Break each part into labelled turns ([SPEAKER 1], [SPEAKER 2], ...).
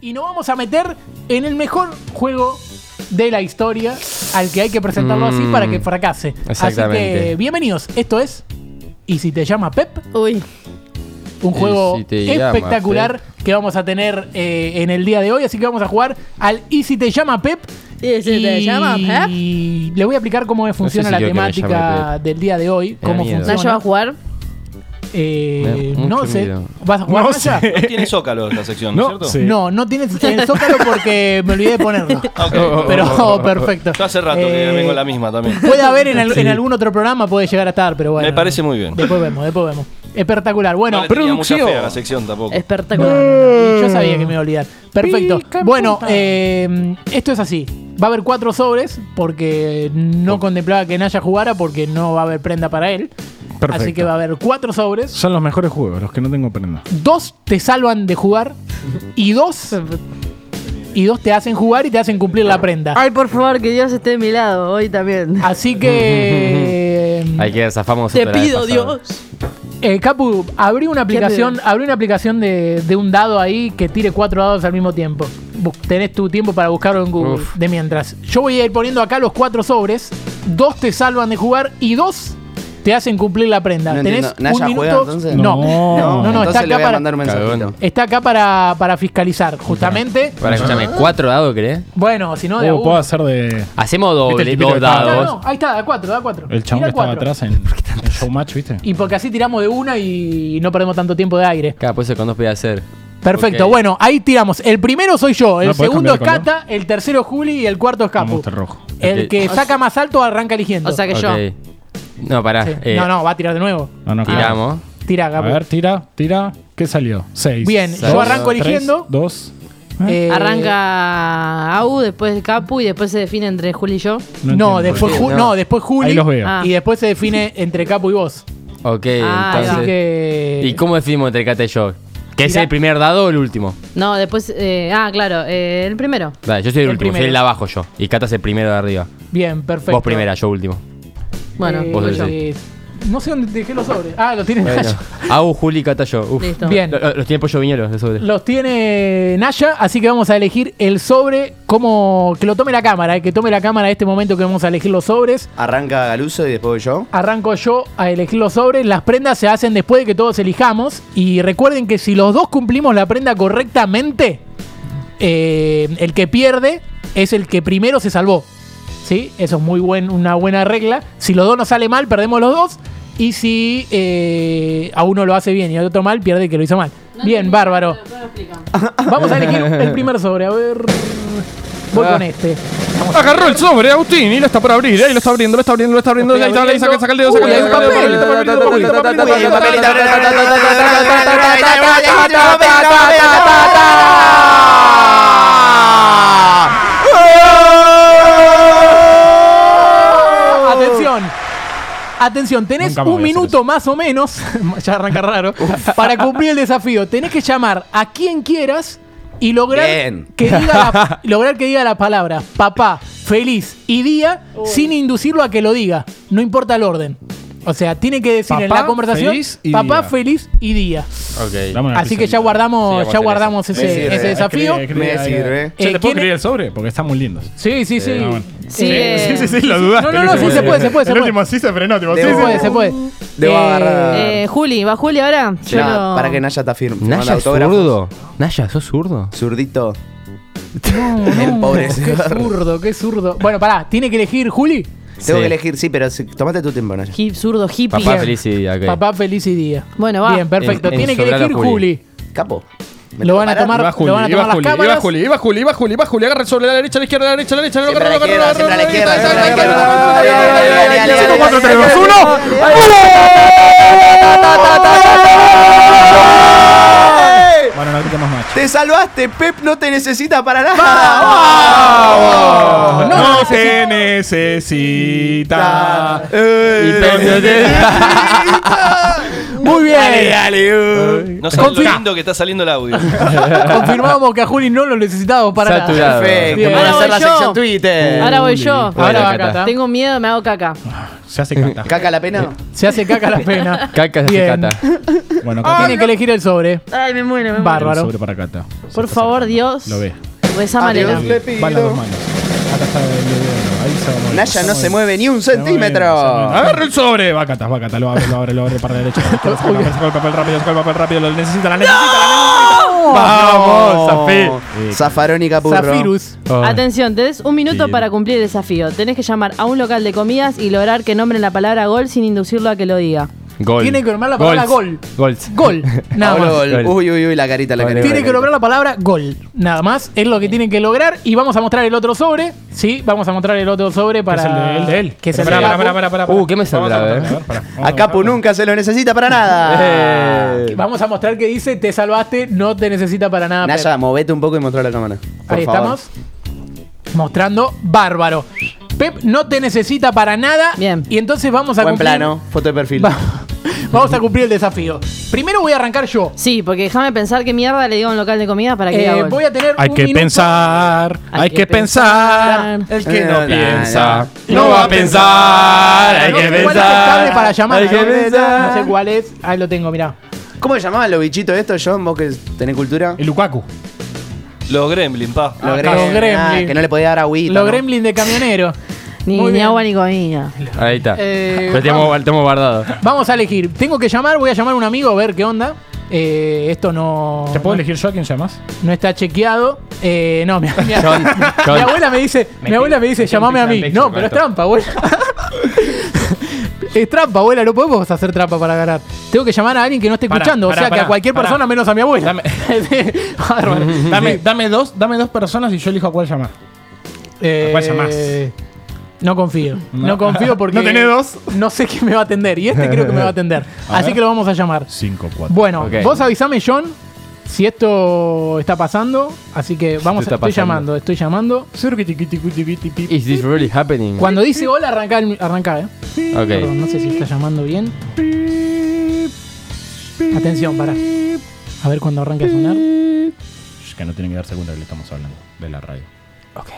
[SPEAKER 1] Y nos vamos a meter en el mejor juego de la historia al que hay que presentarlo así
[SPEAKER 2] Mm.
[SPEAKER 1] para que fracase. Así que
[SPEAKER 2] Exactamente.
[SPEAKER 1] bienvenidos. Esto es Y si te llama Pep,
[SPEAKER 3] Uy,
[SPEAKER 1] un
[SPEAKER 2] Y
[SPEAKER 1] juego
[SPEAKER 2] si te llama
[SPEAKER 1] espectacular que vamos a tener eh, en el día de hoy. Así que vamos a jugar al Y si te llama Pep.
[SPEAKER 3] ¿Y si te llama ¿eh? Pep?
[SPEAKER 1] Y le voy a explicar cómo funciona
[SPEAKER 2] si
[SPEAKER 1] la
[SPEAKER 2] quiero que me llame
[SPEAKER 1] temática
[SPEAKER 2] Pep.
[SPEAKER 1] del día de hoy.
[SPEAKER 2] da
[SPEAKER 1] Cómo
[SPEAKER 2] miedo.
[SPEAKER 3] ¿Nacho va a
[SPEAKER 1] funciona.
[SPEAKER 3] jugar?
[SPEAKER 1] Eh,
[SPEAKER 2] Me da
[SPEAKER 1] no
[SPEAKER 2] mucho
[SPEAKER 1] sé.
[SPEAKER 2] miedo.
[SPEAKER 1] ¿Vas a jugar
[SPEAKER 4] No
[SPEAKER 1] Naya?
[SPEAKER 4] No tiene zócalo esta sección,
[SPEAKER 5] No,
[SPEAKER 4] ¿no es cierto?
[SPEAKER 5] sí.
[SPEAKER 1] No, no tiene el zócalo porque me olvidé de ponerlo.
[SPEAKER 4] Ah, ok.
[SPEAKER 5] Oh,
[SPEAKER 1] Pero perfecto.
[SPEAKER 4] Yo hace rato
[SPEAKER 1] Eh,
[SPEAKER 4] que vengo la misma también.
[SPEAKER 1] Puede haber en, al- en algún otro programa, puede llegar a estar, pero bueno.
[SPEAKER 4] Me parece muy bien.
[SPEAKER 1] Después vemos, después vemos. Espectacular.
[SPEAKER 4] No
[SPEAKER 1] Bueno,
[SPEAKER 4] le tenía mucha
[SPEAKER 5] producción.
[SPEAKER 4] fe a la sección tampoco.
[SPEAKER 1] no, no,
[SPEAKER 3] Espectacular.
[SPEAKER 1] no, no, yo sabía que me iba a olvidar. Perfecto. Bueno, eh, esto es así. Va a haber cuatro sobres porque
[SPEAKER 5] Oh.
[SPEAKER 1] no contemplaba que Naya jugara porque no va a haber prenda para él.
[SPEAKER 5] Perfecto.
[SPEAKER 1] Así que va a haber cuatro sobres.
[SPEAKER 5] Son los mejores juegos, los que no tengo prenda.
[SPEAKER 1] Dos te salvan de jugar y dos y dos te hacen jugar y te hacen cumplir la prenda.
[SPEAKER 3] Ay, por favor, que Dios esté de mi lado hoy también.
[SPEAKER 1] Así que.
[SPEAKER 2] Hay que zafamos
[SPEAKER 3] Te
[SPEAKER 2] otra vez
[SPEAKER 3] pido,
[SPEAKER 2] pasada.
[SPEAKER 3] Dios.
[SPEAKER 1] eh, Capu, abrí una aplicación,
[SPEAKER 3] pido?
[SPEAKER 1] abrí una aplicación de, de un dado ahí que tire cuatro dados al mismo tiempo. Bus- tenés tu tiempo para buscarlo en Google.
[SPEAKER 2] Uf.
[SPEAKER 1] De mientras. Yo voy a ir poniendo acá los cuatro sobres. Dos te salvan de jugar y dos te hacen cumplir la prenda.
[SPEAKER 6] No
[SPEAKER 1] tenés
[SPEAKER 6] entiendo. ¿Naya
[SPEAKER 1] un
[SPEAKER 6] juega,
[SPEAKER 1] minuto.
[SPEAKER 6] entonces?
[SPEAKER 1] No.
[SPEAKER 5] No.
[SPEAKER 1] No, no,
[SPEAKER 6] entonces
[SPEAKER 1] está acá
[SPEAKER 6] le voy a
[SPEAKER 1] para.
[SPEAKER 6] mandar un mensajito.
[SPEAKER 2] Cagón.
[SPEAKER 1] Está acá para, para fiscalizar, justamente.
[SPEAKER 2] Para escúchame, ¿cuatro dados crees?
[SPEAKER 1] Bueno, si no, de a
[SPEAKER 5] O
[SPEAKER 1] uno.
[SPEAKER 5] Oh, puedo hacer de.
[SPEAKER 2] Hacemos
[SPEAKER 5] ¿Viste el
[SPEAKER 2] doble,
[SPEAKER 5] tipito que
[SPEAKER 2] dos
[SPEAKER 5] estaba
[SPEAKER 1] No,
[SPEAKER 2] dados.
[SPEAKER 1] no, ahí está, da cuatro, da cuatro.
[SPEAKER 5] El chabón
[SPEAKER 1] Tira
[SPEAKER 5] que estaba
[SPEAKER 1] cuatro.
[SPEAKER 5] atrás en, en Showmatch, ¿viste?
[SPEAKER 1] Y porque así tiramos de una y no perdemos tanto tiempo de aire.
[SPEAKER 2] Claro, pues eso con dos podía hacer.
[SPEAKER 1] Perfecto,
[SPEAKER 2] Ok.
[SPEAKER 1] bueno, ahí tiramos. El primero soy yo, el
[SPEAKER 5] ¿No podés
[SPEAKER 1] segundo es
[SPEAKER 5] cambiar de
[SPEAKER 1] Cata, el tercero es Juli y el cuarto es
[SPEAKER 5] Me
[SPEAKER 1] Capu.
[SPEAKER 5] gusta el rojo.
[SPEAKER 1] El que saca más alto arranca eligiendo.
[SPEAKER 3] O sea que yo.
[SPEAKER 2] Ok. No, pará.
[SPEAKER 1] Sí.
[SPEAKER 2] eh,
[SPEAKER 1] no, no, va a tirar de nuevo.
[SPEAKER 5] No, no,
[SPEAKER 2] Tiramos.
[SPEAKER 1] Tira,
[SPEAKER 5] claro.
[SPEAKER 1] Capu.
[SPEAKER 5] A ver, tira, tira. ¿Qué salió? Seis.
[SPEAKER 1] Bien,
[SPEAKER 2] yo arranco
[SPEAKER 1] eligiendo.
[SPEAKER 5] dos.
[SPEAKER 1] Eh,
[SPEAKER 3] Arranca Au, después Capu y después se define entre Juli y yo.
[SPEAKER 1] No,
[SPEAKER 5] entiendo.
[SPEAKER 1] después,
[SPEAKER 2] Sí,
[SPEAKER 1] Ju-
[SPEAKER 2] no.
[SPEAKER 1] no, después Juli.
[SPEAKER 5] Ahí los veo.
[SPEAKER 3] Ah.
[SPEAKER 1] Y después se define entre Capu y vos.
[SPEAKER 2] Ok,
[SPEAKER 3] Ah, ahí va.
[SPEAKER 1] Así
[SPEAKER 2] entonces.
[SPEAKER 1] que. eh,
[SPEAKER 2] ¿Y cómo definimos entre Cata y yo? ¿Que es
[SPEAKER 1] Tirá.
[SPEAKER 2] el primer dado o el último?
[SPEAKER 3] No, después. eh, ah, claro, eh, el primero.
[SPEAKER 2] Dale, yo soy
[SPEAKER 1] El
[SPEAKER 2] el, último, soy el
[SPEAKER 1] primero.
[SPEAKER 2] de abajo yo. Y Cata es el primero de arriba.
[SPEAKER 1] Bien, perfecto.
[SPEAKER 2] Vos primera, yo último.
[SPEAKER 3] Bueno,
[SPEAKER 1] Eh,
[SPEAKER 2] Vos
[SPEAKER 3] voy yo.
[SPEAKER 1] eh, no sé dónde dejé los sobres. Ah, los tiene
[SPEAKER 2] Bueno.
[SPEAKER 1] Naya.
[SPEAKER 2] Agus, Juli, Cata, yo. Uf.
[SPEAKER 3] Listo.
[SPEAKER 1] Bien.
[SPEAKER 2] Lo- lo- Los tiene Pollo Viñero, eso.
[SPEAKER 1] Los tiene Naya, así que vamos a elegir el sobre como que lo tome la cámara, eh, que tome la cámara este momento que vamos a elegir los sobres.
[SPEAKER 6] Arranca Galuso y después voy yo.
[SPEAKER 1] Arranco yo a elegir los sobres. Las prendas se hacen después de que todos elijamos. Y recuerden que si los dos cumplimos la prenda correctamente, eh, el que pierde es el que primero se salvó. ¿Sí? Eso es muy buen, una buena regla. Si los dos nos sale mal, perdemos los dos. Y si eh, a uno lo hace bien y al otro mal, pierde el que lo hizo mal. bien, bárbaro. Vamos a elegir el primer sobre. A ver. Voy con este.
[SPEAKER 5] Agarró el sobre, Agustín, y lo está por abrir, ahí lo está abriendo, lo está abriendo, lo está abriendo,
[SPEAKER 1] Lo
[SPEAKER 5] ahí
[SPEAKER 1] estoy
[SPEAKER 5] está, ahí saca, saca el dedo, saca el
[SPEAKER 1] abriendo.
[SPEAKER 5] dedo, saca el
[SPEAKER 1] Uy,
[SPEAKER 5] dedo,
[SPEAKER 1] hay
[SPEAKER 5] saca
[SPEAKER 1] un
[SPEAKER 5] el dedo, saca el dedo, saca el dedo, saca el dedo, saca el dedo.
[SPEAKER 1] Ah, Atención. Atención, tenés
[SPEAKER 5] Nunca más voy a
[SPEAKER 1] un
[SPEAKER 5] hacer
[SPEAKER 1] minuto
[SPEAKER 5] eso.
[SPEAKER 1] más o menos, ya arranca raro, para cumplir el desafío. Tenés que llamar a quien quieras y lograr
[SPEAKER 6] Bien.
[SPEAKER 1] que, diga la, lograr que diga la palabra papá, feliz y día sin inducirlo a que lo diga. No importa el orden. O sea, tiene que decir en
[SPEAKER 5] Papá,
[SPEAKER 1] la conversación
[SPEAKER 5] feliz y
[SPEAKER 1] papá,
[SPEAKER 5] día.
[SPEAKER 1] feliz y día.
[SPEAKER 2] Ok.
[SPEAKER 5] Dame una
[SPEAKER 1] Así que
[SPEAKER 5] pizarrita.
[SPEAKER 1] ya
[SPEAKER 2] Sí,
[SPEAKER 1] guardamos,
[SPEAKER 2] vamos a
[SPEAKER 1] ya
[SPEAKER 2] hacer
[SPEAKER 1] guardamos
[SPEAKER 2] eso.
[SPEAKER 1] ese,
[SPEAKER 6] Me sirve.
[SPEAKER 1] ese
[SPEAKER 6] Me
[SPEAKER 1] desafío.
[SPEAKER 5] Escribe, escribe,
[SPEAKER 6] Me
[SPEAKER 5] ahí, Che,
[SPEAKER 6] sirve.
[SPEAKER 1] Eh,
[SPEAKER 5] ¿le
[SPEAKER 1] ¿quién-
[SPEAKER 5] puedo escribir el sobre? Porque están muy lindos.
[SPEAKER 1] Sí, sí, sí.
[SPEAKER 5] Ah, bueno.
[SPEAKER 3] Sigue-
[SPEAKER 5] Sí, sí, sí, lo dudaste.
[SPEAKER 1] No, no, no, sí se puede, se puede, se
[SPEAKER 5] El
[SPEAKER 1] puede.
[SPEAKER 5] último sí se frenó, tipo, sí,
[SPEAKER 1] Se
[SPEAKER 5] sí,
[SPEAKER 1] puede,
[SPEAKER 5] sí.
[SPEAKER 1] se puede.
[SPEAKER 6] Debo
[SPEAKER 1] Eh,
[SPEAKER 6] agarrar.
[SPEAKER 3] Eh, Juli, ¿va Juli ahora? Yo
[SPEAKER 6] Nah,
[SPEAKER 3] lo-
[SPEAKER 6] Ah, para que Naya está firme.
[SPEAKER 2] Naya es zurdo. Naya, ¿sos zurdo?
[SPEAKER 6] Zurdito.
[SPEAKER 1] No, no,
[SPEAKER 6] El pobre
[SPEAKER 1] Qué
[SPEAKER 6] señor.
[SPEAKER 1] zurdo, qué zurdo. Bueno, pará, tiene que elegir Juli.
[SPEAKER 6] Tengo
[SPEAKER 2] Sí.
[SPEAKER 6] que elegir, sí, pero si- tomate tu tiempo, Naya.
[SPEAKER 3] Hip, zurdo, hippie.
[SPEAKER 2] Papá feliz y acá.
[SPEAKER 1] Papá feliz y día.
[SPEAKER 3] Bueno, va.
[SPEAKER 1] Bien, perfecto.
[SPEAKER 2] En- en
[SPEAKER 1] tiene que
[SPEAKER 2] sobrar a
[SPEAKER 1] elegir
[SPEAKER 2] Juli.
[SPEAKER 1] Juli.
[SPEAKER 6] Capo. Me
[SPEAKER 1] Lo
[SPEAKER 6] tengo
[SPEAKER 1] van a
[SPEAKER 6] que parar.
[SPEAKER 1] tomar,
[SPEAKER 5] Iba
[SPEAKER 1] lo
[SPEAKER 5] Juli,
[SPEAKER 1] van a tomar
[SPEAKER 5] iba
[SPEAKER 1] las
[SPEAKER 5] Juli,
[SPEAKER 1] cámaras.
[SPEAKER 5] iba Juli, iba Juli, iba Juli, iba Juli, agarra el sobre a la derecha, a la izquierda, a la derecha, a la derecha, lo
[SPEAKER 6] Siempre a la
[SPEAKER 5] agarra, lo
[SPEAKER 6] izquierda,
[SPEAKER 5] agarra,
[SPEAKER 6] siempre a la
[SPEAKER 5] lo
[SPEAKER 6] izquierda,
[SPEAKER 5] agarra,
[SPEAKER 6] siempre a la
[SPEAKER 5] lo agarra,
[SPEAKER 6] izquierda.
[SPEAKER 5] lo agarra,
[SPEAKER 6] Dale, dale,
[SPEAKER 5] cinco,
[SPEAKER 6] dale,
[SPEAKER 5] cuatro,
[SPEAKER 6] dale,
[SPEAKER 5] tres, dos,
[SPEAKER 6] dale,
[SPEAKER 5] uno. Bueno, no gritemos más.
[SPEAKER 6] Te salvaste, Pep no te necesita para nada.
[SPEAKER 5] Ah, No,
[SPEAKER 1] no
[SPEAKER 5] te necesita.
[SPEAKER 6] Eh,
[SPEAKER 1] Muy bien.
[SPEAKER 7] uh.
[SPEAKER 4] No sabes lo
[SPEAKER 1] Confirma.
[SPEAKER 4] lindo que está saliendo el audio.
[SPEAKER 1] Confirmamos que a Juli no lo necesitábamos para nada.
[SPEAKER 2] Saturado.
[SPEAKER 6] Perfecto,
[SPEAKER 1] Bien.
[SPEAKER 6] para
[SPEAKER 3] Ahora
[SPEAKER 6] hacer
[SPEAKER 3] voy
[SPEAKER 6] la
[SPEAKER 3] yo.
[SPEAKER 6] sección Twitter.
[SPEAKER 3] Ahora voy yo.
[SPEAKER 1] Ahora
[SPEAKER 2] Bueno,
[SPEAKER 1] va
[SPEAKER 2] Cata.
[SPEAKER 1] Cata.
[SPEAKER 3] Tengo miedo, me hago caca.
[SPEAKER 7] Se hace cata.
[SPEAKER 6] ¿Caca la pena?
[SPEAKER 1] Se hace caca la pena.
[SPEAKER 2] Caca se
[SPEAKER 1] Bien.
[SPEAKER 2] cata.
[SPEAKER 7] Bueno,
[SPEAKER 1] Ah,
[SPEAKER 7] Cata,
[SPEAKER 1] Tiene que elegir el sobre.
[SPEAKER 3] Ay, me muero, me
[SPEAKER 5] Ah.
[SPEAKER 3] muero.
[SPEAKER 1] Barro. bárbaro.
[SPEAKER 7] sobre para Cata.
[SPEAKER 3] Por favor, Dios.
[SPEAKER 7] Lo ve.
[SPEAKER 3] Besame,
[SPEAKER 6] Adiós,
[SPEAKER 3] Elena.
[SPEAKER 6] le pido.
[SPEAKER 7] Van las dos manos. Acá está el video. Ahí se va a mover.
[SPEAKER 6] Naya no se
[SPEAKER 7] mueve.
[SPEAKER 6] mueve ni un
[SPEAKER 7] Se mueve, se
[SPEAKER 6] centímetro.
[SPEAKER 7] mueve. Agarra el sobre. Va Cata, va Cata. Lo abre, lo abre, lo abre para la derecha. Saca el papel, saca el papel rápido, saca el papel rápido. Lo necesita, la necesita.
[SPEAKER 6] ¡Vamos,
[SPEAKER 7] Zafir.
[SPEAKER 6] Zafarón y Capurro.
[SPEAKER 1] Zafirus.
[SPEAKER 2] Oh.
[SPEAKER 3] Atención, tenés un minuto
[SPEAKER 7] Sí.
[SPEAKER 3] para cumplir el desafío. Tenés que llamar a un local de comidas y lograr que nombren la palabra gol sin inducirlo a que lo diga.
[SPEAKER 2] Gol.
[SPEAKER 1] Tiene que nombrar la palabra gol.
[SPEAKER 2] Gols.
[SPEAKER 1] Gol. Nada
[SPEAKER 6] Ahora
[SPEAKER 1] más.
[SPEAKER 6] gol. Uy, uy, uy, la carita, la carita.
[SPEAKER 1] Tiene que lograr la palabra gol. Nada más. Es lo que tienen que lograr. Y vamos a mostrar el otro sobre. Sí, vamos a mostrar el otro sobre para.
[SPEAKER 7] Es el de él, de él.
[SPEAKER 1] Que es el
[SPEAKER 7] Pará,
[SPEAKER 1] de
[SPEAKER 7] pará,
[SPEAKER 1] Capu.
[SPEAKER 7] pará, pará, pará, pará.
[SPEAKER 2] Uh, ¿qué me
[SPEAKER 5] eh?
[SPEAKER 2] saldrá?
[SPEAKER 7] Vamos
[SPEAKER 2] A ver.
[SPEAKER 7] ver, pará. Vamos
[SPEAKER 6] A Capu nunca se lo necesita para nada.
[SPEAKER 2] Eh.
[SPEAKER 1] Vamos a mostrar que dice: Te salvaste, no te necesita para nada.
[SPEAKER 6] Naya, movete un poco y mostrá la cámara. por
[SPEAKER 1] Ahí
[SPEAKER 6] favor.
[SPEAKER 1] estamos. Mostrando bárbaro. Pep no te necesita para nada.
[SPEAKER 3] Bien.
[SPEAKER 1] Y entonces vamos a
[SPEAKER 6] Buen
[SPEAKER 1] cumplir.
[SPEAKER 6] plano, foto de perfil.
[SPEAKER 1] Va- vamos a cumplir el desafío. Primero voy a arrancar yo.
[SPEAKER 3] Sí, porque déjame pensar qué mierda le digo a un local de comidas para que
[SPEAKER 1] Eh,
[SPEAKER 3] haga gol.
[SPEAKER 1] voy a tener
[SPEAKER 7] Hay
[SPEAKER 1] un
[SPEAKER 7] que
[SPEAKER 1] minuto-
[SPEAKER 7] pensar, hay que pensar.
[SPEAKER 6] El
[SPEAKER 3] Ah.
[SPEAKER 6] que no
[SPEAKER 5] Piensa,
[SPEAKER 7] No va a pensar, hay
[SPEAKER 1] No
[SPEAKER 7] que
[SPEAKER 1] sé cuál es el cable
[SPEAKER 7] pensar.
[SPEAKER 1] para llamar,
[SPEAKER 7] Hay que
[SPEAKER 1] ¿no?
[SPEAKER 7] pensar.
[SPEAKER 1] No sé cuál es. Ahí lo tengo, mirá.
[SPEAKER 6] ¿Cómo se llamaban los bichitos estos, John? Vos que tenés cultura.
[SPEAKER 7] El Lukaku.
[SPEAKER 4] Los Gremlin, pa.
[SPEAKER 6] Los
[SPEAKER 1] acá, los
[SPEAKER 6] gremlin. Ah,
[SPEAKER 1] gremlin.
[SPEAKER 6] que no le podía dar agüita.
[SPEAKER 1] Los
[SPEAKER 6] ¿no?
[SPEAKER 1] gremlin de camionero.
[SPEAKER 3] Ni,
[SPEAKER 1] Muy
[SPEAKER 3] ni
[SPEAKER 1] bien.
[SPEAKER 3] agua ni comida.
[SPEAKER 2] Ahí está.
[SPEAKER 1] Eh,
[SPEAKER 2] Lo tenemos, lo tenemos guardado.
[SPEAKER 1] Vamos a elegir. Tengo que llamar, voy a llamar a un amigo a ver qué onda. Eh, esto no.
[SPEAKER 7] ¿Te puedo
[SPEAKER 1] no-
[SPEAKER 7] elegir yo a quién llamas?
[SPEAKER 1] No está chequeado. Eh, no, mi, mi-
[SPEAKER 2] John, John.
[SPEAKER 1] mi abuela me dice, mi abuela me dice, llamame a mí. No, pero es trampa, abuela. es trampa, abuela, no podemos hacer trampa para ganar. Tengo que llamar a alguien que no esté
[SPEAKER 7] Pará,
[SPEAKER 1] escuchando,
[SPEAKER 7] pará,
[SPEAKER 1] o sea, que
[SPEAKER 7] pará,
[SPEAKER 1] a cualquier
[SPEAKER 7] pará.
[SPEAKER 1] persona menos a mi abuela.
[SPEAKER 7] Dame-
[SPEAKER 1] Bárbaro.
[SPEAKER 7] Dame, dame dos, dame dos personas y yo elijo a cuál llamar.
[SPEAKER 1] Eh,
[SPEAKER 7] ¿A cuál llamás?
[SPEAKER 1] No confío. No,
[SPEAKER 7] No.
[SPEAKER 1] confío porque.
[SPEAKER 7] ¿No tenés dos?
[SPEAKER 1] No sé quién me va a atender. Y este creo que me va a atender.
[SPEAKER 7] A
[SPEAKER 1] Así
[SPEAKER 7] ver.
[SPEAKER 1] que lo vamos a llamar.
[SPEAKER 7] Cinco, cuatro.
[SPEAKER 1] Bueno,
[SPEAKER 2] Ok.
[SPEAKER 1] vos avisame, John, si esto está pasando. Así que vamos,
[SPEAKER 2] Esto está
[SPEAKER 1] estoy
[SPEAKER 2] pasando.
[SPEAKER 1] llamando, estoy llamando.
[SPEAKER 2] Is this really happening?
[SPEAKER 1] Cuando dice hola, arranca, el mi- arranca, eh. Perdón,
[SPEAKER 2] Ok.
[SPEAKER 1] no sé si está llamando bien. Atención, para. A ver cuando arranca a sonar.
[SPEAKER 7] Shh, Que no tienen que darse cuenta que le estamos hablando de la radio.
[SPEAKER 1] Ok.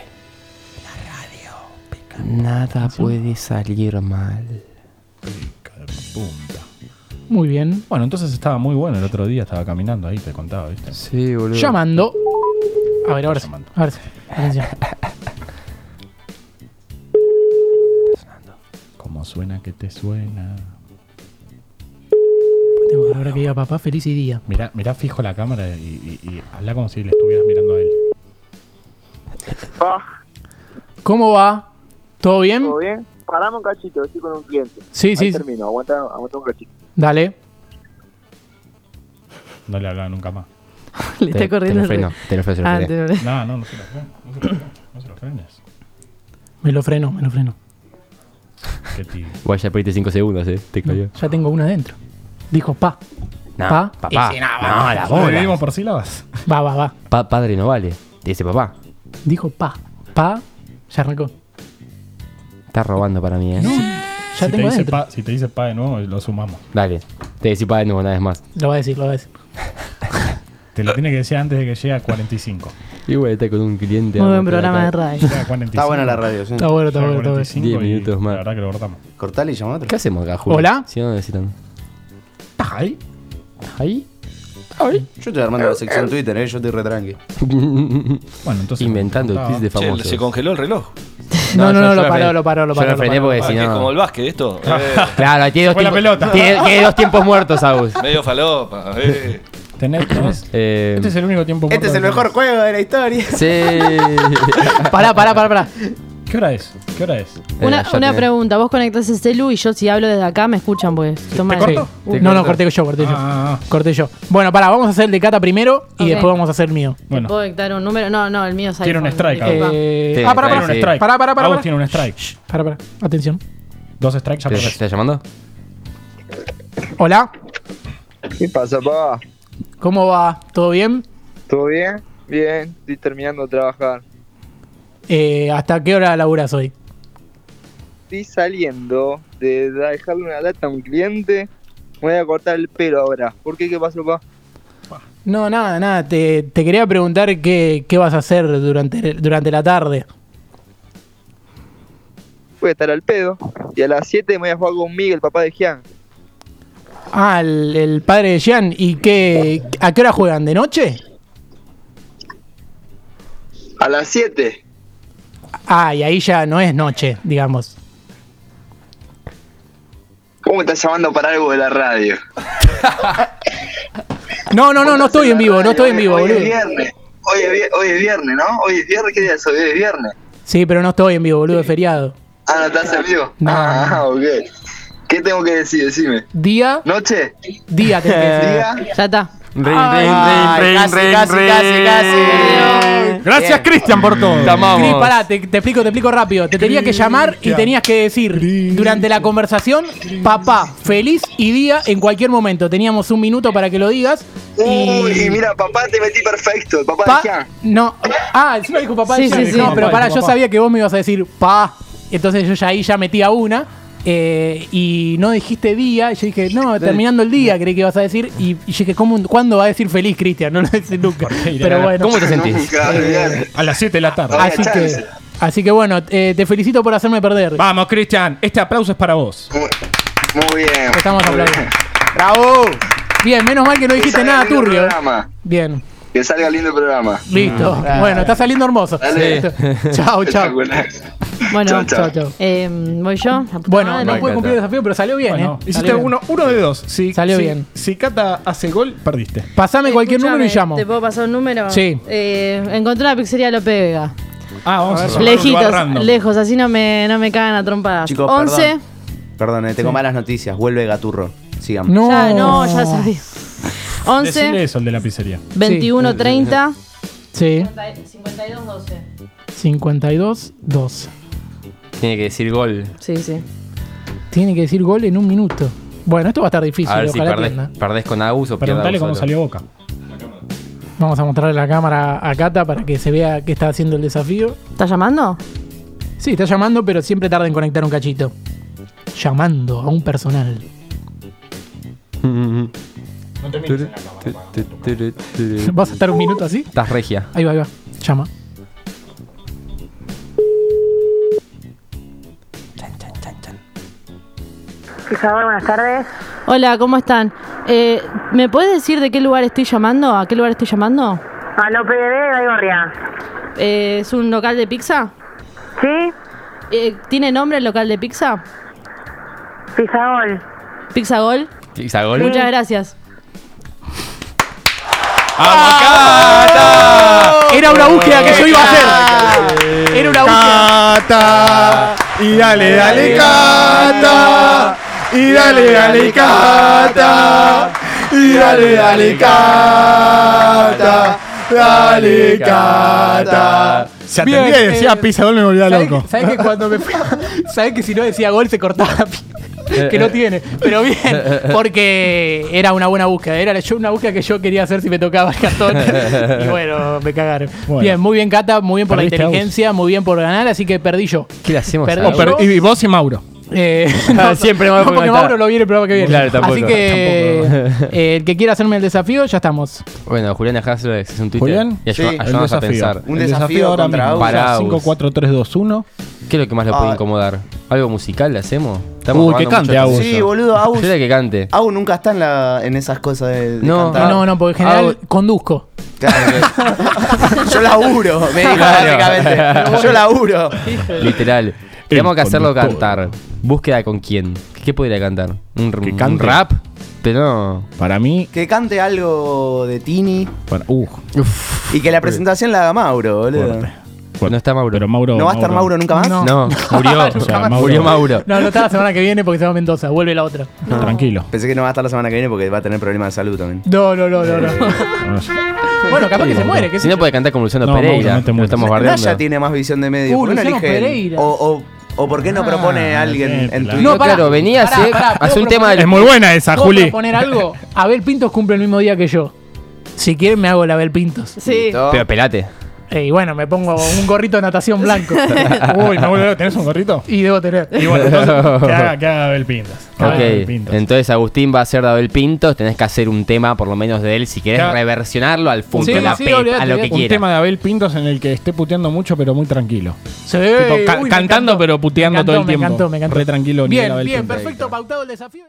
[SPEAKER 2] Nada puede salir mal.
[SPEAKER 7] Punta.
[SPEAKER 1] Muy bien.
[SPEAKER 7] Bueno, entonces estaba muy bueno el otro día, estaba caminando ahí, te contaba, ¿viste?
[SPEAKER 2] Sí, boludo.
[SPEAKER 1] Llamando. A ver, ahora sí.
[SPEAKER 7] Mm. Llamando.
[SPEAKER 1] A ver sí. Atención.
[SPEAKER 7] Como suena que te suena.
[SPEAKER 1] Tengo que lograr que diga papá, feliz y día.
[SPEAKER 7] Mirá, mirá fijo la cámara y, y- y habla como si le estuvieras mirando a él.
[SPEAKER 1] ¿Cómo va? ¿Todo bien?
[SPEAKER 8] ¿Todo bien? Parame un cachito, estoy con un cliente.
[SPEAKER 1] Sí,
[SPEAKER 8] Ahí
[SPEAKER 1] sí.
[SPEAKER 8] termino, aguanta, aguanta un cachito.
[SPEAKER 1] Dale.
[SPEAKER 7] No le hablaba nunca más.
[SPEAKER 3] Le
[SPEAKER 2] Te,
[SPEAKER 3] está
[SPEAKER 2] te
[SPEAKER 3] corriendo
[SPEAKER 2] lo
[SPEAKER 3] el
[SPEAKER 2] freno, te lo freno, te lo
[SPEAKER 3] Ah,
[SPEAKER 2] freno.
[SPEAKER 3] te-
[SPEAKER 7] No, no, no se lo frenes. No se lo frenes. No se lo frenes.
[SPEAKER 1] Me lo freno, me lo freno.
[SPEAKER 7] Qué tío.
[SPEAKER 2] Guay, ya perdiste 5 segundos, eh. Te cayó.
[SPEAKER 1] Ya tengo una adentro. Dijo pa.
[SPEAKER 2] No,
[SPEAKER 1] Pa.
[SPEAKER 2] papá. No, la
[SPEAKER 7] ¿Lo dividimos
[SPEAKER 2] bola.
[SPEAKER 7] por sílabas?
[SPEAKER 1] Va, va, va.
[SPEAKER 2] Pa- padre no vale. Te dice papá.
[SPEAKER 1] Dijo pa. Pa. Ya arrancó.
[SPEAKER 2] Está robando para mí, eh.
[SPEAKER 1] Ya
[SPEAKER 7] si, te
[SPEAKER 1] tengo
[SPEAKER 7] dice
[SPEAKER 1] adentro.
[SPEAKER 7] pa, si te dice pa de nuevo, lo sumamos.
[SPEAKER 2] Dale. Te dice papá de nuevo una vez más.
[SPEAKER 1] Lo va a decir, lo va a decir.
[SPEAKER 7] Te lo tiene que decir antes de que llegue a 45.
[SPEAKER 2] Y güey, está con un cliente.
[SPEAKER 3] Muy buen
[SPEAKER 2] vamos,
[SPEAKER 3] programa
[SPEAKER 2] acá.
[SPEAKER 3] de radio.
[SPEAKER 7] Llega a 45.
[SPEAKER 6] Está buena la radio, sí.
[SPEAKER 1] Está bueno, está
[SPEAKER 7] Llega a
[SPEAKER 1] bueno, está bueno.
[SPEAKER 7] 45
[SPEAKER 2] Diez
[SPEAKER 7] y
[SPEAKER 2] minutos más.
[SPEAKER 7] La verdad que lo cortamos.
[SPEAKER 6] Cortale y llama a otro.
[SPEAKER 2] ¿Qué hacemos acá, Julio?
[SPEAKER 1] Hola.
[SPEAKER 2] Si no necesitan.
[SPEAKER 7] ¿Estás Ah, ahí?
[SPEAKER 2] Ahí.
[SPEAKER 6] Yo estoy armando la sección Twitter, eh, yo estoy retranqui.
[SPEAKER 7] Bueno, entonces.
[SPEAKER 2] Inventando
[SPEAKER 7] Ah,
[SPEAKER 2] tweets de
[SPEAKER 4] Che,
[SPEAKER 2] famosos.
[SPEAKER 4] se congeló el reloj.
[SPEAKER 1] No, no, no,
[SPEAKER 2] yo- yo
[SPEAKER 1] lo
[SPEAKER 2] frené.
[SPEAKER 1] paró, lo paró, lo
[SPEAKER 2] Yo
[SPEAKER 1] paró,
[SPEAKER 2] lo
[SPEAKER 1] lo
[SPEAKER 2] frené
[SPEAKER 1] paró.
[SPEAKER 2] porque si
[SPEAKER 4] Ah, que es como
[SPEAKER 2] no.
[SPEAKER 4] el básquet esto. Eh,
[SPEAKER 2] Claro, tiene dos
[SPEAKER 7] Fue la
[SPEAKER 2] tiempos.
[SPEAKER 7] pelota.
[SPEAKER 2] Tiene, tiene dos tiempos muertos, Agus.
[SPEAKER 4] medio falopa. eh.
[SPEAKER 7] Tenés, tenés-
[SPEAKER 2] Eh,
[SPEAKER 7] Este es el único tiempo.
[SPEAKER 6] Este
[SPEAKER 7] muerto
[SPEAKER 6] es
[SPEAKER 7] que
[SPEAKER 6] el mejor
[SPEAKER 7] tenés.
[SPEAKER 6] juego de la historia.
[SPEAKER 2] sí.
[SPEAKER 1] Pará, pará, pará, pará.
[SPEAKER 7] ¿Qué hora es? ¿Qué hora es?
[SPEAKER 3] Una,
[SPEAKER 2] Eh, ya
[SPEAKER 3] una
[SPEAKER 2] tenés.
[SPEAKER 3] pregunta, vos conectás el celu y yo si hablo desde acá me escuchan pues. Toma
[SPEAKER 7] ¿Te corto?
[SPEAKER 1] Sí. No, no, corté yo, corté yo.
[SPEAKER 7] Ah, ah, ah.
[SPEAKER 1] Corté yo. Bueno, pará, vamos a hacer el de Cata primero y
[SPEAKER 3] Ok.
[SPEAKER 1] después vamos a hacer el mío.
[SPEAKER 7] Bueno,
[SPEAKER 3] ¿Puedo dictar un número? No, no, el mío es
[SPEAKER 7] Tiene un
[SPEAKER 3] iPhone,
[SPEAKER 7] strike,
[SPEAKER 3] disculpa.
[SPEAKER 1] Eh,
[SPEAKER 2] Sí,
[SPEAKER 1] ah, pará,
[SPEAKER 2] está
[SPEAKER 7] tiene un
[SPEAKER 1] pará.
[SPEAKER 2] sí.
[SPEAKER 7] strike.
[SPEAKER 1] Pará, pará, pará,
[SPEAKER 7] Agus
[SPEAKER 1] pará.
[SPEAKER 7] tiene un strike.
[SPEAKER 1] Pará, pará. Atención.
[SPEAKER 7] Dos strikes ya
[SPEAKER 2] ¿Te, te
[SPEAKER 7] perdés.
[SPEAKER 2] está llamando?
[SPEAKER 1] Hola,
[SPEAKER 8] ¿Qué pasa, papá?
[SPEAKER 1] ¿cómo va? ¿Todo bien?
[SPEAKER 8] ¿Todo bien? Bien, estoy terminando de trabajar.
[SPEAKER 1] Eh, ¿Hasta qué hora laburas hoy?
[SPEAKER 8] Estoy saliendo de dejarle una lata a un cliente. Me voy a cortar el pelo ahora. ¿Por qué? ¿Qué pasó, papá?
[SPEAKER 1] No, nada, nada. Te, te quería preguntar qué, qué vas a hacer durante, durante la tarde.
[SPEAKER 8] voy a estar al pedo. Y a las 7 me voy a jugar con Miguel, papá de Gian.
[SPEAKER 1] Ah, el, el padre de Jean. ¿Y qué? ¿A qué hora juegan? ¿De noche?
[SPEAKER 8] A las 7.
[SPEAKER 1] Ah, y ahí ya no es noche, digamos.
[SPEAKER 8] ¿Cómo me estás llamando para algo de la radio?
[SPEAKER 1] No, no, no, no estoy en vivo, no estoy en vivo,
[SPEAKER 8] Hoy
[SPEAKER 1] boludo.
[SPEAKER 8] es viernes. Hoy es, vi- hoy es viernes, ¿no? Hoy es viernes, ¿qué día es hoy? Hoy es viernes.
[SPEAKER 1] Sí, pero no estoy en vivo, boludo, es feriado.
[SPEAKER 8] Ah, no estás en vivo.
[SPEAKER 1] No.
[SPEAKER 8] Ah, ok. ¿Qué tengo que decir? Decime.
[SPEAKER 1] Día,
[SPEAKER 8] ¿Noche?
[SPEAKER 1] día tenés que decir.
[SPEAKER 8] ¿Día?
[SPEAKER 3] Ya está.
[SPEAKER 2] Ring,
[SPEAKER 1] Ah,
[SPEAKER 6] Ay,
[SPEAKER 2] ring, ring,
[SPEAKER 6] casi,
[SPEAKER 2] ring,
[SPEAKER 6] casi,
[SPEAKER 2] ring.
[SPEAKER 6] casi, casi.
[SPEAKER 5] Gracias, Cristian, por todo.
[SPEAKER 2] Te amamos.
[SPEAKER 1] Cris, pará, te, te explico, te explico rápido. Te tenías que llamar y tenías que decir durante la conversación, papá, feliz y día en cualquier momento. Teníamos un minuto para que lo digas.
[SPEAKER 8] Uy,
[SPEAKER 1] Y
[SPEAKER 8] y mira, papá, te metí perfecto. El papá
[SPEAKER 1] pa-
[SPEAKER 8] de Jean.
[SPEAKER 1] no. Ah, encima dijo papá de
[SPEAKER 3] Sí,
[SPEAKER 1] Jean.
[SPEAKER 3] sí, sí.
[SPEAKER 1] No, pero
[SPEAKER 7] Papá,
[SPEAKER 1] pará,
[SPEAKER 7] dijo
[SPEAKER 1] yo
[SPEAKER 7] papá.
[SPEAKER 1] sabía que vos me ibas a decir pa. Entonces yo ya ahí ya metí a una. eh, y no dijiste día, y yo dije, no, terminando el día, creí que ibas a decir. Y, y dije, ¿cómo, ¿cuándo va a decir feliz, Cristian? No lo dice nunca. Pero bueno.
[SPEAKER 2] ¿Cómo te sentís?
[SPEAKER 8] Nunca,
[SPEAKER 1] Eh,
[SPEAKER 8] olvidate.
[SPEAKER 7] A las 7 de la tarde.
[SPEAKER 8] Ah.
[SPEAKER 1] Así
[SPEAKER 8] Vaya
[SPEAKER 1] que,
[SPEAKER 8] chance.
[SPEAKER 1] así que bueno, eh, te felicito por hacerme perder.
[SPEAKER 7] Vamos, Cristian, este aplauso es para vos.
[SPEAKER 8] Muy, muy bien.
[SPEAKER 1] Te Estamos
[SPEAKER 8] muy
[SPEAKER 1] aplaudiendo.
[SPEAKER 8] bien.
[SPEAKER 6] ¡Bravo!
[SPEAKER 1] Bien, menos mal que no
[SPEAKER 8] Que
[SPEAKER 1] dijiste
[SPEAKER 8] salga
[SPEAKER 1] nada
[SPEAKER 8] lindo el
[SPEAKER 1] turbio. eh.
[SPEAKER 8] programa.
[SPEAKER 1] Bien,
[SPEAKER 8] Que salga lindo el programa.
[SPEAKER 1] listo. Bueno, está saliendo hermoso.
[SPEAKER 8] Dale.
[SPEAKER 1] Chao, chao.
[SPEAKER 8] Espectacular.
[SPEAKER 3] Bueno,
[SPEAKER 8] Chao,
[SPEAKER 1] Chao, chao.
[SPEAKER 3] eh, voy yo. Ah, La puta
[SPEAKER 1] Bueno,
[SPEAKER 3] madre.
[SPEAKER 1] no pude cumplir el desafío, pero salió bien,
[SPEAKER 7] Bueno,
[SPEAKER 1] ¿eh?
[SPEAKER 7] hiciste
[SPEAKER 1] Salió bien.
[SPEAKER 7] uno, uno de dos. Si,
[SPEAKER 1] Salió
[SPEAKER 7] si-
[SPEAKER 1] bien.
[SPEAKER 7] Si Cata hace gol, perdiste.
[SPEAKER 1] Pasame cualquier número y
[SPEAKER 3] Escuchame,
[SPEAKER 1] llamo.
[SPEAKER 3] ¿Te puedo pasar un número?
[SPEAKER 1] Sí.
[SPEAKER 3] Eh, encontré una pizzería Lope Vega.
[SPEAKER 7] Ah, vamos a, llamar a un lugar
[SPEAKER 3] Lejitos,
[SPEAKER 7] random.
[SPEAKER 3] lejos, así no me, no me cagan a trompadas.
[SPEAKER 6] Chicos,
[SPEAKER 3] 11.
[SPEAKER 6] perdón. Perdón, eh, tengo malas noticias. Vuelve Gaturro. Sigan.
[SPEAKER 1] No.
[SPEAKER 3] Ya, no, ya sabía. 11,
[SPEAKER 7] Decile eso, el de la pizzería.
[SPEAKER 3] 21, 30,
[SPEAKER 1] Sí,
[SPEAKER 3] 52, 12.
[SPEAKER 1] 52, 2.
[SPEAKER 2] Tiene que decir gol.
[SPEAKER 3] Sí, sí.
[SPEAKER 1] Tiene que decir gol en un minuto. Bueno, esto va a estar difícil,
[SPEAKER 2] A ver si
[SPEAKER 1] ojalá
[SPEAKER 2] perdés,
[SPEAKER 1] atienda.
[SPEAKER 2] perdés con Agus o pierdas
[SPEAKER 7] Preguntale
[SPEAKER 2] vos
[SPEAKER 7] cómo
[SPEAKER 2] solo.
[SPEAKER 7] salió Boca.
[SPEAKER 1] Vamos a mostrarle la cámara a Cata para que se vea que está haciendo el desafío.
[SPEAKER 3] ¿Estás llamando?
[SPEAKER 1] Sí, está llamando, pero siempre tarda en conectar un cachito. Llamando a un personal. ¿Vas a estar un minuto así?
[SPEAKER 2] Estás regia.
[SPEAKER 1] Ahí va, ahí va. Llama.
[SPEAKER 9] buenas tardes.
[SPEAKER 3] Hola, ¿cómo están? Eh, ¿Me puedes decir de qué lugar estoy llamando? ¿A qué lugar estoy llamando?
[SPEAKER 9] A Lope de Vega y Gorria.
[SPEAKER 3] Eh, ¿Es un local de pizza?
[SPEAKER 9] ¿Sí?
[SPEAKER 3] Eh, ¿Tiene nombre el local de pizza?
[SPEAKER 9] Pisagol.
[SPEAKER 3] ¿Pizza Gol?
[SPEAKER 2] ¿Pizza gol?
[SPEAKER 3] Muchas gracias.
[SPEAKER 1] Era una búsqueda que yo iba a hacer. Era una búsqueda.
[SPEAKER 5] Cata. Y dale, dale, Cata. Y dale, dale, Cata. Y dale, dale, Cata. Dale, Cata. Se atendía
[SPEAKER 1] Bien,
[SPEAKER 5] y decía
[SPEAKER 1] eh,
[SPEAKER 5] pizza gol, me volvía
[SPEAKER 1] ¿Sabes
[SPEAKER 5] loco.
[SPEAKER 1] sabes que cuando me fui a- sabes que si no decía gol se cortaba? que no tiene. Pero bien, porque era una buena búsqueda. Era yo una búsqueda que yo quería hacer si me tocaba el cartón. y bueno, me cagaron.
[SPEAKER 7] Bueno.
[SPEAKER 1] Bien, muy bien, Cata. Muy bien por la
[SPEAKER 7] Perdiste, Agus.
[SPEAKER 1] inteligencia. Muy bien por ganar. Así que perdí yo.
[SPEAKER 2] ¿Qué le hacemos?
[SPEAKER 1] Perdón,
[SPEAKER 2] a
[SPEAKER 1] ¿no?
[SPEAKER 2] Agus?
[SPEAKER 7] Pero- y vos y Mauro.
[SPEAKER 1] Eh,
[SPEAKER 2] Ah, siempre
[SPEAKER 1] no,
[SPEAKER 2] Mauro
[SPEAKER 1] porque
[SPEAKER 2] Montá.
[SPEAKER 1] Mauro lo viene el programa que viene.
[SPEAKER 2] Claro, tampoco.
[SPEAKER 1] Así que
[SPEAKER 2] Tampoco.
[SPEAKER 1] eh, el que quiera hacerme el desafío, ya estamos.
[SPEAKER 2] Bueno, Julián Hasler es un Twitter.
[SPEAKER 7] Julián,
[SPEAKER 2] y ayuda-
[SPEAKER 6] sí,
[SPEAKER 7] El
[SPEAKER 2] ayúdanos a pensar.
[SPEAKER 6] Un
[SPEAKER 7] El
[SPEAKER 6] desafío contra
[SPEAKER 7] mismo.
[SPEAKER 2] Agus. Para
[SPEAKER 7] Ya,
[SPEAKER 2] Agus.
[SPEAKER 7] 5, 4, 3, 2, 1.
[SPEAKER 2] ¿Qué es lo que más lo puede
[SPEAKER 6] Ah.
[SPEAKER 2] incomodar? ¿Algo musical le hacemos?
[SPEAKER 7] Uy,
[SPEAKER 2] robando
[SPEAKER 7] que
[SPEAKER 2] mucho
[SPEAKER 7] cante,
[SPEAKER 2] tiempo.
[SPEAKER 7] Agus.
[SPEAKER 6] Sí, boludo, Agus.
[SPEAKER 2] Yo era que cante.
[SPEAKER 6] Agus nunca está en, la, en esas cosas de, de
[SPEAKER 2] No,
[SPEAKER 6] cantar.
[SPEAKER 1] no, no, porque en general
[SPEAKER 2] Hago-
[SPEAKER 1] conduzco.
[SPEAKER 6] Claro. Yo laburo, me dijo
[SPEAKER 2] Claro.
[SPEAKER 6] básicamente. Yo laburo.
[SPEAKER 2] Literal. Tenemos que hacerlo
[SPEAKER 7] conductor.
[SPEAKER 2] cantar. Búsqueda con quién. ¿Qué podría cantar? ¿Un, r-
[SPEAKER 7] Que
[SPEAKER 2] un
[SPEAKER 7] cante.
[SPEAKER 2] rap? Pero no.
[SPEAKER 7] Para mí.
[SPEAKER 6] Que cante algo de Tini
[SPEAKER 7] Para, uh,
[SPEAKER 6] y que la presentación la haga Mauro, boludo.
[SPEAKER 7] fuerte.
[SPEAKER 2] No está Mauro.
[SPEAKER 7] Pero Mauro.
[SPEAKER 6] ¿No va a estar Mauro nunca más?
[SPEAKER 1] No.
[SPEAKER 2] No, murió.
[SPEAKER 7] O sea, Mauro-
[SPEAKER 2] murió Mauro.
[SPEAKER 1] No, no está la semana que viene porque se va a Mendoza. Vuelve la otra.
[SPEAKER 7] Tranquilo.
[SPEAKER 6] Pensé que no va a estar la semana que viene porque va a tener problemas de salud también.
[SPEAKER 1] No, no, no, no. no. bueno, capaz que se muere. ¿qué
[SPEAKER 2] Si
[SPEAKER 1] sé
[SPEAKER 2] no
[SPEAKER 1] yo.
[SPEAKER 2] puede cantar como Luciano
[SPEAKER 7] No, pues,
[SPEAKER 2] Pereira.
[SPEAKER 7] Mauro, no te
[SPEAKER 2] lo
[SPEAKER 7] mueras.
[SPEAKER 2] estamos
[SPEAKER 6] Naya
[SPEAKER 2] bardeando.
[SPEAKER 6] tiene más visión de medio.
[SPEAKER 1] Uh,
[SPEAKER 6] ¿Por qué no
[SPEAKER 1] Luciano
[SPEAKER 6] elige él?
[SPEAKER 1] Pereira.
[SPEAKER 6] O, o, o por qué no propone a alguien
[SPEAKER 7] bien,
[SPEAKER 6] en
[SPEAKER 7] claro.
[SPEAKER 2] No,
[SPEAKER 6] Twitter?
[SPEAKER 2] claro, venía a
[SPEAKER 1] pará,
[SPEAKER 2] hacer-
[SPEAKER 1] pará,
[SPEAKER 2] hacer
[SPEAKER 1] ¿puedo
[SPEAKER 2] un tema del-
[SPEAKER 1] proponer-
[SPEAKER 7] Es muy buena esa,
[SPEAKER 1] ¿puedo
[SPEAKER 7] Juli.
[SPEAKER 1] proponer algo? Abel Pintos cumple el mismo día que yo. Si quieren, me hago el Abel Pintos.
[SPEAKER 3] Sí.
[SPEAKER 2] Pero pelate.
[SPEAKER 1] Y bueno, me pongo un gorrito de natación blanco.
[SPEAKER 7] Uy, me vuelve loco. ¿Tenés un gorrito?
[SPEAKER 1] y debo tener.
[SPEAKER 7] Y bueno, entonces, que haga, que haga Abel Pintas. Que haga Abel
[SPEAKER 2] Ok,
[SPEAKER 7] Pintas.
[SPEAKER 2] entonces Agustín va a ser de Abel Pintos, tenés que hacer un tema por lo menos de él, si querés
[SPEAKER 7] Claro.
[SPEAKER 2] reversionarlo al fútbol,
[SPEAKER 1] Sí,
[SPEAKER 2] a la
[SPEAKER 1] sí,
[SPEAKER 2] pep,
[SPEAKER 1] olvidate,
[SPEAKER 2] a lo que
[SPEAKER 1] olvidate.
[SPEAKER 7] Un
[SPEAKER 2] quieras.
[SPEAKER 7] tema de Abel Pintos en el que esté puteando mucho, pero muy tranquilo.
[SPEAKER 1] Se ve.
[SPEAKER 7] Tipo, ca-
[SPEAKER 1] uy, me
[SPEAKER 7] cantando,
[SPEAKER 1] encantó.
[SPEAKER 7] pero puteando
[SPEAKER 1] Me encantó,
[SPEAKER 7] todo el
[SPEAKER 1] me
[SPEAKER 7] tiempo.
[SPEAKER 1] encantó, me encantó.
[SPEAKER 7] Re tranquilo. nivel
[SPEAKER 1] Bien,
[SPEAKER 7] Abel
[SPEAKER 1] bien,
[SPEAKER 7] Pintas.
[SPEAKER 1] perfecto, pautado el desafío.